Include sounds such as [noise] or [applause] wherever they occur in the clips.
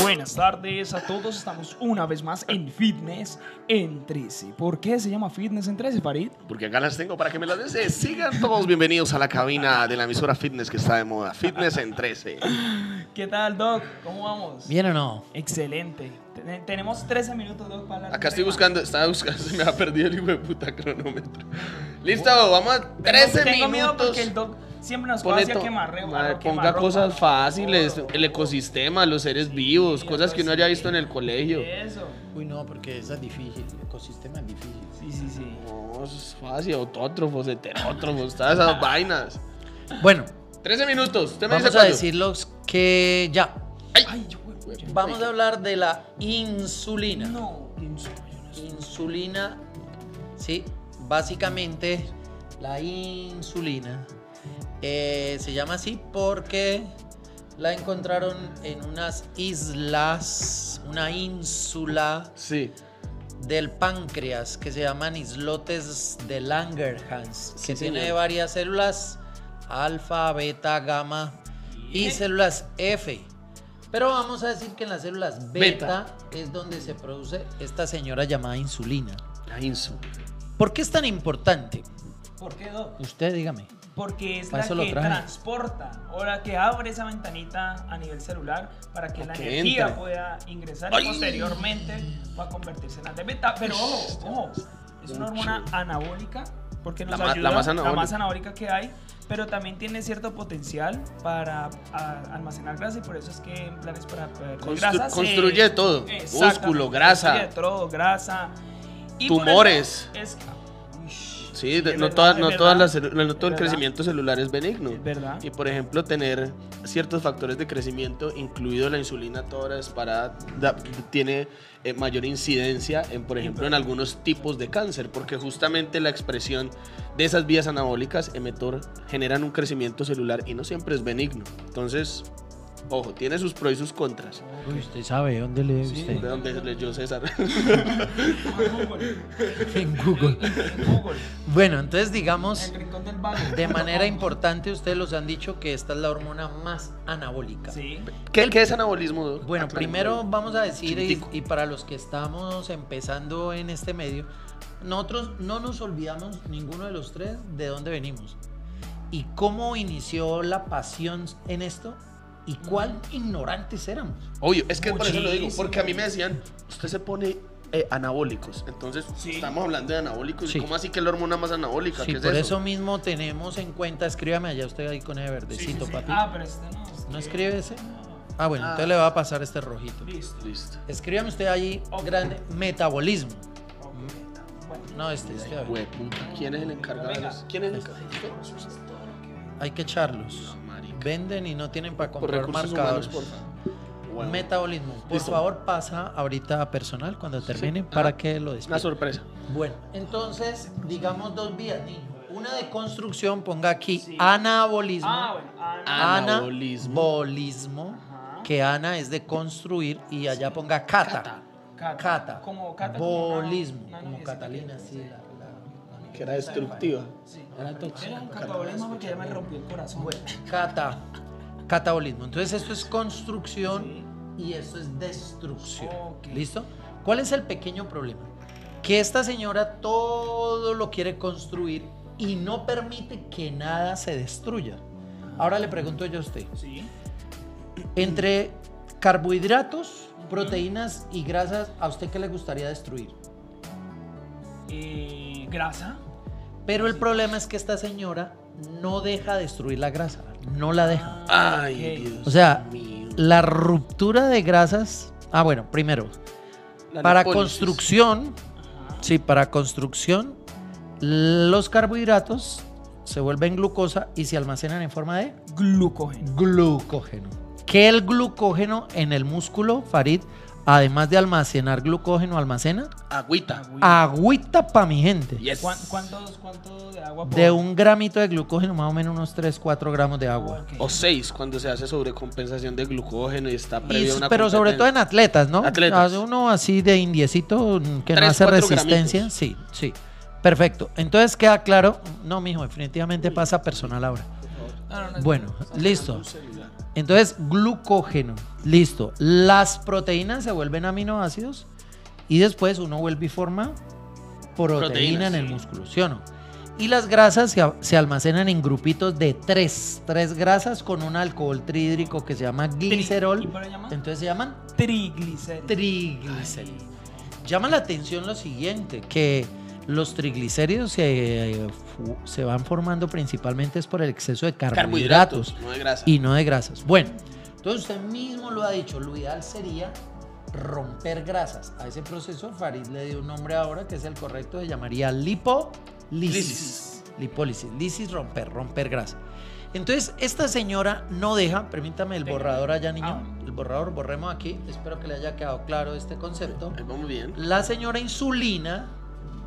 Buenas tardes a todos, estamos una vez más en Fitness en 13. ¿Por qué se llama Fitness en 13, Farid? Porque acá las tengo para que me las desees. Sigan todos bienvenidos a la cabina de la emisora Fitness que está de moda. Fitness en 13. ¿Qué tal, Doc? ¿Cómo vamos? ¿Bien o no? Excelente. Ten- tenemos 13 minutos, Doc, para hablar de Acá un estoy tema. buscando, estaba buscando, se me ha perdido el hijo de puta cronómetro. Listo, vamos a 13 tengo, Tengo miedo minutos. porque el Doc siempre nos pone Pone hacia to- quemarreo. Madre, ponga cosas fáciles, el ecosistema, los seres vivos, cosas que uno haya visto en el colegio. Eso. Uy, no, porque esa es difícil. El ecosistema es difícil. Sí, sí, sí. No, eso es fácil, autótrofos, heterótrofos, todas esas vainas. Bueno, 13 minutos, usted me vamos dice a cuándo. decirlos que ya. Ay, yo güey, güey. Vamos a hablar de la insulina. No, yo no estoy- Insulina, sí, básicamente la insulina eh, se llama así porque la encontraron en unas islas, una ínsula Sí. del páncreas que se llaman islotes de Langerhans, Sí, que tiene señor. varias células alfa, beta, gamma y ¿Y? células F. Pero vamos a decir que en las células Beta. beta, es donde se produce esta señora llamada insulina. La insu. ¿Por qué es tan importante? ¿Por qué, Doc? Usted dígame. Porque es Para la eso lo que traje. transporta o la que abre esa ventanita a nivel celular para que la que energía entre. pueda ingresar y ¡Ay! posteriormente va a convertirse en ATP. Pero ojo, Este, ojo, es una hormona anabólica porque nos La ma- ayuda, la más anabólica. anabólica que hay, pero también tiene cierto potencial para a- almacenar grasa y por eso es que en planes para perder Constru- grasa se- construye todo, Exactamente, músculo, grasa. construye todo, grasa. Y por eso Tumores. es- Uy, Sí, de- es no, verdad, todas, es no, verdad. todas las celu- no Es todo el verdad. crecimiento celular es benigno. Es verdad. Y por ejemplo, tener ciertos factores de crecimiento, incluido la insulina toda disparada, da- tiene eh, mayor incidencia en, por ejemplo, en algunos tipos de cáncer, porque justamente la expresión de esas vías anabólicas emetor generan un crecimiento celular y no siempre es benigno. Entonces, ojo, tiene sus pros y sus contras. Uy, usted sabe dónde lee De donde leyó César. Google. [laughs] en Google. Google. Bueno, entonces digamos, El rincón del vago. de manera importante ustedes los han dicho que esta es la hormona más anabólica. Sí. [laughs] ¿Qué, qué es anabolismo? Doc? Bueno, Aclaremos. primero vamos a decir, y, Chiquitico. y para los que estamos empezando en este medio, nosotros no nos olvidamos ninguno de los tres de dónde venimos y cómo inició la pasión en esto y cuán ignorantes éramos. Obvio, es que por eso lo digo, Muchísimo. porque a mí me decían, usted se pone eh, anabólicos, entonces Sí. estamos hablando de anabólicos, Sí. ¿cómo así que es la hormona más anabólica? Sí, ¿Qué es por eso? eso? mismo tenemos en cuenta, escríbame allá usted ahí con ese verdecito, papi. Ah, pero este no. es ¿No que- escribe ese? No. Ah, bueno, Ah. entonces le va a pasar este rojito. Listo. Listo. Escríbame usted ahí, Ok. grande, metabolismo. Ok. Bueno, No, este, este, a ver. Hueputa, ¿quién es el encargado? de Venga. eso? ¿Quién es el encargado? eso es todo lo que veo. hay que echarlos. marica. Venden y no tienen para Por comprar recursos marcadores. humanos, por favor. Huevo. Metabolismo. Por Listo. favor, pasa ahorita a personal cuando termine ajá. para que lo Una despidan. sorpresa. Bueno, entonces, digamos dos vías, niño. Una de construcción, ponga aquí Sí. anabolismo. Ah, bueno. Ah, no. Ah. Anabolismo. Anabolismo, Ajá. que ana es de construir y allá ponga cata. Cata. Cata. Como cata, como ah, una- Bolismo, una como noviecita Catalina, que- sí. la- la- la Que era destructiva. Sí. Era tóxico. Era un catabolismo porque ya me rompió el corazón. Cata. Catabolismo. Entonces esto es construcción Sí. y esto es destrucción. Ok. ¿Listo? ¿Cuál es el pequeño problema? Que esta señora todo lo quiere construir y no permite que nada se destruya. Ahora le pregunto yo a usted, Sí. entre carbohidratos, proteínas y grasas, ¿a usted qué le gustaría destruir? Eh, grasa. Pero el problema es que esta señora no deja destruir la grasa, no la deja. Ay, ok. Dios O sea, mío. La ruptura de grasas. Ah, bueno, primero, La para lipólisis. construcción, Ajá. sí, para construcción, los carbohidratos se vuelven glucosa y se almacenan en forma de Glucógeno. glucógeno. ¿Qué el glucógeno en el músculo, Farid? Además de almacenar glucógeno, almacena Agüita. Ah, agüita para mi gente. Yes. Ah, ¿Cuán- ¿Cuántos, cuánto de agua por De un gramito de glucógeno, más o menos unos 3, 4 gramos de agua. Ok. O seis, cuando se hace sobrecompensación de glucógeno y está Y- previo a una pero sobre todo en atletas, ¿no? Atletas. Hace Uno así de indiecito mm, que no Tres, hace cuatro resistencia. gramitos. Sí, sí. Perfecto. Entonces queda claro. No, mijo, definitivamente pasa personal ahora. No, no, no, Bueno, listo. competencia. Entonces, glucógeno. Listo. Las proteínas se vuelven aminoácidos y después uno vuelve y forma proteína Proteínas, en el sí. músculo, ¿sí o no? Y las grasas se, a- se almacenan en grupitos de tres. Tres grasas con un alcohol trihídrico que se llama ¿Y glicerol. por ahí llama? Entonces se llaman Triglicéridos. triglicéridos. Llama la atención lo siguiente, que los triglicéridos se, eh, fu- se van formando principalmente es por el exceso de carbohidratos Carbohidratos, no de grasa. y no de grasas. Bueno, entonces usted mismo lo ha dicho, lo ideal sería romper grasas. A ese proceso Farid le dio un nombre ahora que es el correcto, se llamaría lipolisis. Lisis. Lipólisis, lisis romper, romper grasa. Entonces, esta señora no deja, permítame el Venga. borrador allá, niño, Ah. el borrador, borremos aquí, espero que le haya quedado claro este concepto. Ahí Vamos bien. La señora insulina,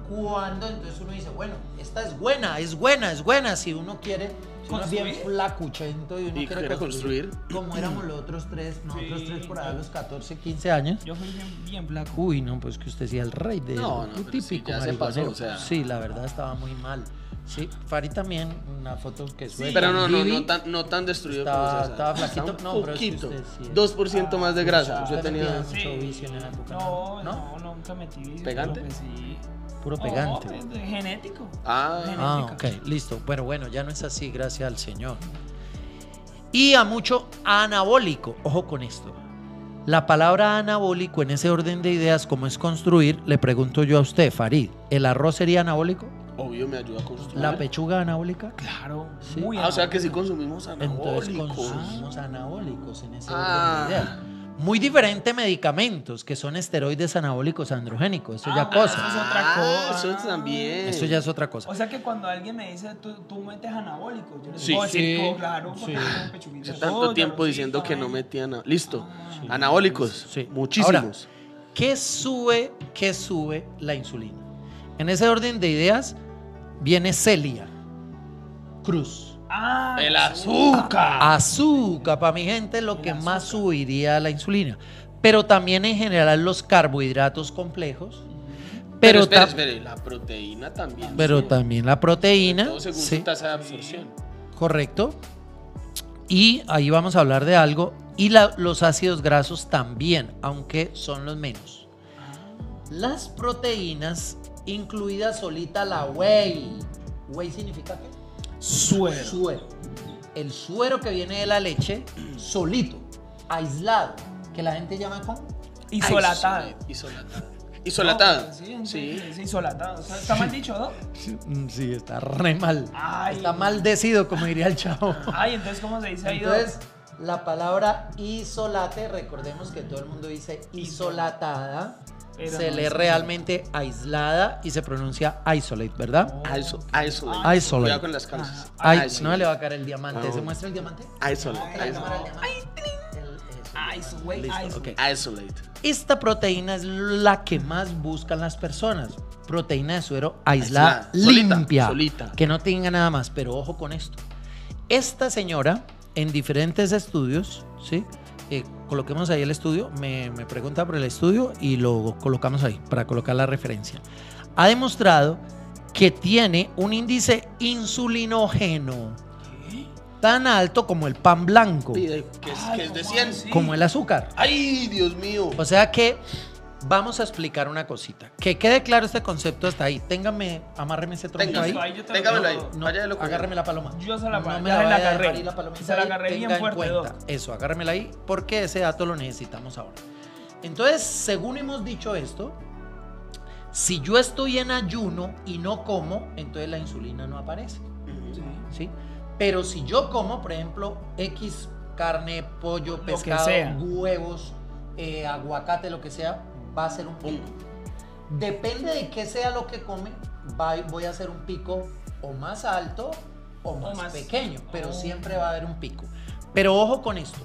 cuando entonces uno dice, bueno, esta es buena, es buena, es buena, si uno quiere, si uno es bien Construir. flacuchento y uno Y quiere quiere construir, construir. [clears throat] como éramos los otros tres, nosotros Sí, tres por allá a claro. los 14, 15 años. Yo fui bien, bien flaco. Uy, no, pues que usted sea el rey de No, no, lo pero sí, típico ya se pasó, marihuanero. o sea. Sí, la verdad estaba muy mal. Sí, Fari también, una foto que sube. Pero no, no, Vivi, no tan, no tan destruido Está- como César. está flaquito. Está No, un pero es que poquito. usted sí es- Ah, 2% más de grasa. usted Yo metía tenía. mucho vicio en la época, No, ¿no? no, nunca metí vicio, ¿Pegante? pero que sí. Puro No, pegante. pues, de- genético. Ah, Ah, ok, Genética. listo. Bueno, bueno, ya no es así, gracias al Señor. Y a mucho anabólico. Ojo con esto. La palabra anabólico en ese orden de ideas, como es construir, le pregunto yo a usted, Farid, ¿el arroz sería anabólico? obvio me ayuda a construir. ¿La pechuga anabólica? Claro, Sí. muy Ah, o sea que si anabólico. consumimos Entonces anabólicos. consumimos anabólicos en ese Ah. orden de ideas. Muy diferente medicamentos, que son esteroides anabólicos androgénicos. Eso ya Ah, bueno, cosa. Eso es otra Ah, cosa. Eso también. Eso ya es otra cosa. O sea que cuando alguien me dice, tú, tú metes anabólico, yo le Sí. puedo decir, Sí. "Oh, claro, porque Sí. tengo pechuguita Hace tanto soya, tiempo rosita, diciendo que no vaina". metían. a- Listo. Ah. Anabólicos. Sí. Muchísimos. ¿Qué sube, qué sube la insulina? En ese orden de ideas viene Celia Cruz. Ah, el sí. azúcar. Azúcar, para mi gente, lo El que más azúcar. subiría la insulina. Pero también en general los carbohidratos complejos. pero Pero, espere, tam- espere, la proteína también. pero sube. también la proteína. Todo según sí. su tasa de absorción. Correcto. Y ahí vamos a hablar de algo. Y la- los ácidos grasos también, aunque son los menos. Las proteínas, incluida solita la whey. ¿Whey significa qué? Ah, Suero. Suero. El suero que viene de la leche, solito, aislado, que la gente llama con... Isolatado. Isolatada. Isolatada. No, sí, en Sí. serio, es isolatado. O sea, está mal dicho, ¿no? Sí, está re mal. Ah, Ay. Está maldecido, como diría el chavo. Ay, entonces, ¿cómo se dice ahí? Doc? Entonces, la palabra isolate, recordemos que todo el mundo dice isolatada, Pero se no lee es realmente aislada y se pronuncia isolate, ¿verdad? Iso- Isolate. Isolate. Cuidado con las cabezas. Ay, Isolate. no le va a caer el diamante. Ah, ¿Se bueno. muestra el diamante? Isolate. La cámara Isolate. del diamante. El- eso, Ay, el su diamante. güey, Listo, ay, su- ok. Isolate. Esta proteína es la que más buscan las personas. Proteína de suero aislada, Aislada, solita, limpia, solita. que no tenga nada más. Pero ojo con esto. Esta señora, en diferentes estudios, ¿sí? Eh, coloquemos ahí el estudio, me, me pregunta por el estudio y lo colocamos ahí para colocar la referencia. Ha demostrado que tiene un índice insulinógeno tan alto como el pan blanco, Pide que es, Ay, que es de ¿cómo 100. así? como el azúcar. ¡Ay, Dios mío! O sea que vamos a explicar una cosita. Que quede claro este concepto hasta ahí. Téngame, amárreme ese tronco Téngase ahí. Téngamelo ahí ahí. yo te lo Téngamelo ahí. digo. No, Vaya de lo que- agárreme la paloma. Yo se la- no me ya la, se la vaya a agarré. dejar ir la palomita Se la ahí. agarré bien Tenga en fuerte, cuenta. Doc. Eso, agárremela ahí porque ese dato lo necesitamos ahora. Entonces, según hemos dicho esto, si yo estoy en ayuno y no como, entonces la insulina no aparece. Sí. ¿sí? Pero si yo como, por ejemplo, X carne, pollo, Lo que pescado, sea. huevos, eh, aguacate, lo que sea, va a ser un pico. Depende de qué sea lo que come, va- voy a hacer un pico o más alto o más, más- pequeño, pero Oh. siempre va a haber un pico. Pero ojo con esto.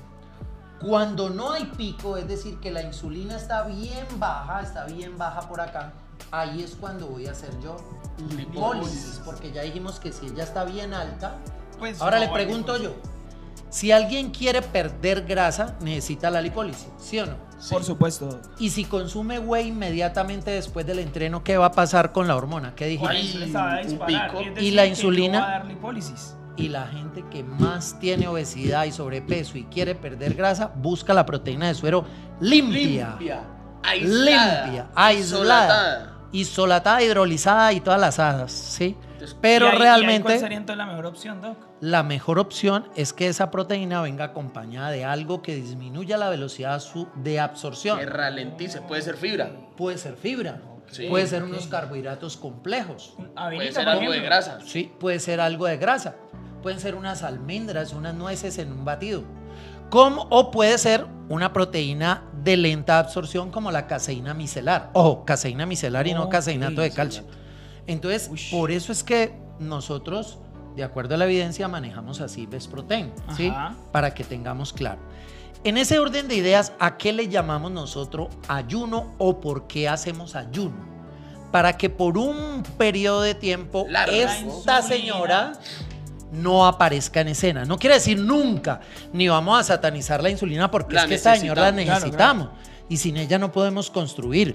Cuando no hay pico, es decir, que la insulina está bien baja, está bien baja por acá, ahí es cuando voy a hacer yo lipólisis, porque ya dijimos que si ella está bien alta, Pues, ahora no, le pregunto vale, yo, si alguien quiere perder grasa, necesita la lipólisis, ¿sí o no? pues, Por supuesto. Doc. Y si consume whey inmediatamente después del entreno, ¿qué va a pasar con la hormona? ¿Qué dijimos? Ahora, Ay, les va a un disparar, pico. es ¿Y decir, la que yo insulina? voy a dar lipólisis. y la gente que más tiene obesidad y sobrepeso y quiere perder grasa busca la proteína de suero limpia. Limpia. Aislada. Limpia, aislada. solatada. Y solatada, hidrolizada y todas las hadas, ¿sí? Entonces, ¿Y Pero ahí- y ahí realmente ¿Cuál sería entonces la mejor opción, Doc? la mejor opción es que esa proteína venga acompañada de algo que disminuya la velocidad su- de absorción. Que ralentice. Puede ser fibra. Puede ser fibra, Sí. puede ser unos carbohidratos complejos, Puede Avenida, ser por algo de ejemplo. grasa. sí, puede ser algo de grasa, pueden ser unas almendras, unas nueces en un batido, como, o puede ser una proteína de lenta absorción como la caseína micelar. Ojo, caseína micelar y no Ok, caseinato de calcio. Entonces, Ush. por eso es que nosotros, de acuerdo a la evidencia, manejamos así Best Protein, ¿sí? Ajá. Para que tengamos claro. En ese orden de ideas, ¿a qué le llamamos nosotros ayuno o por qué hacemos ayuno? Para que por un periodo de tiempo Largo. esta La insulina. señora no aparezca en escena. No quiere decir nunca, ni vamos a satanizar la insulina porque La es que esta señora la necesitamos, claro, claro. necesitamos y sin ella no podemos construir.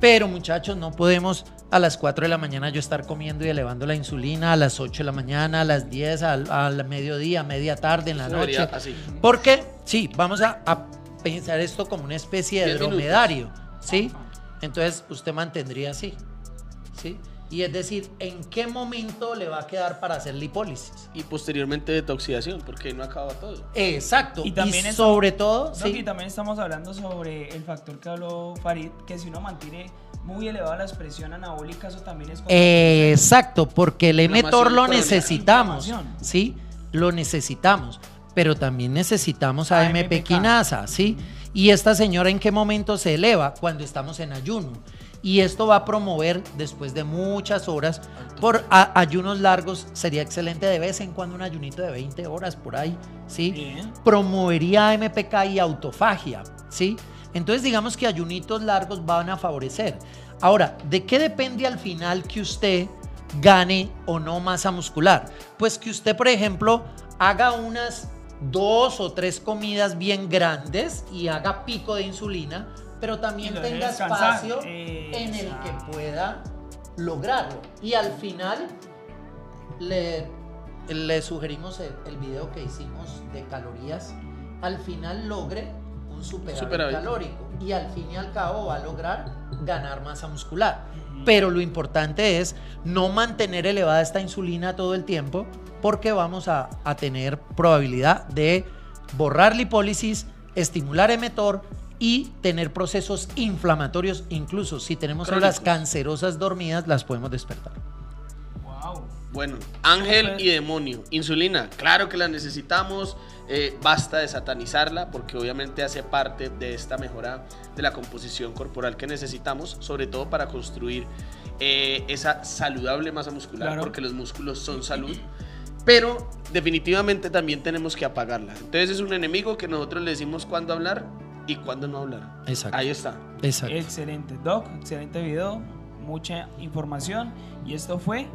Pero muchachos, no podemos a las 4 de la mañana yo estar comiendo y elevando la insulina, a las 8 de la mañana, a las 10, al, al mediodía, media tarde, en la Eso debería- noche. Así. Porque, sí, vamos a, a pensar esto como una especie de Diez minutos. dromedario, ¿sí? Entonces, usted mantendría así, ¿sí? Y es decir, ¿en qué momento le va a quedar para hacer lipólisis? Y posteriormente detoxidación, porque no acaba todo. Exacto. Y Y, también eso- sobre todo, Doc, y sí, también estamos hablando sobre el factor que habló Farid, que si uno mantiene muy elevada la expresión anabólica, eso también es... Eh. Exacto, porque el emetor Inflamación lo crónica. necesitamos, Inflamación. ¿sí? Lo necesitamos, pero también necesitamos AMP AMPK. quinasa, ¿sí? Y esta señora en qué momento se eleva cuando estamos en ayuno. Y esto va a promover después de muchas horas, por a- ayunos largos sería excelente de vez en cuando un ayunito de 20 horas por ahí, ¿sí? Bien. promovería MPK y autofagia, ¿sí? Entonces digamos que ayunitos largos van a favorecer. Ahora, ¿de qué depende al final que usted gane o no masa muscular? Pues que usted, por ejemplo, haga unas dos o tres comidas bien grandes y haga pico de insulina, pero Y también lo deje tenga descansar. espacio en el que Exacto. pueda lograrlo. Y al final le, le sugerimos el, el video que hicimos de calorías, al final logre un superávit, Superávit. calórico y al fin y al cabo va a lograr ganar masa muscular. Pero lo importante es no mantener elevada esta insulina todo el tiempo porque vamos a, a tener probabilidad de borrar lipólisis, estimular emetor y tener procesos inflamatorios. Incluso si tenemos células Crónicos. cancerosas dormidas, las podemos despertar. Wow. Bueno, ángel Súper. y demonio. Insulina, claro que la necesitamos. eh, basta de satanizarla porque obviamente hace parte de esta mejora de la composición corporal que necesitamos, sobre todo para construir eh, esa saludable masa muscular, Claro. porque los músculos son salud. Pero definitivamente también tenemos que apagarla. Entonces es un enemigo que nosotros le decimos cuándo hablar y cuándo no hablar. Exacto. Ahí está. Exacto. Excelente, Doc. Excelente video. Mucha información. Y esto fue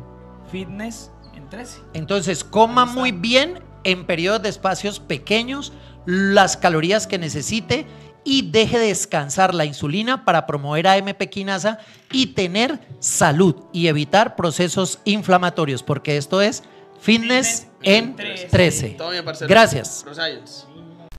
Fitness en 13. Entonces, coma Ahí está. muy bien en periodos de espacios pequeños las calorías que necesite y deje descansar la insulina para promover AMP quinasa y tener salud y evitar procesos inflamatorios, porque esto es Fitness fitness, en en 13. 13. Todo bien, parcero. Gracias. Pro Science.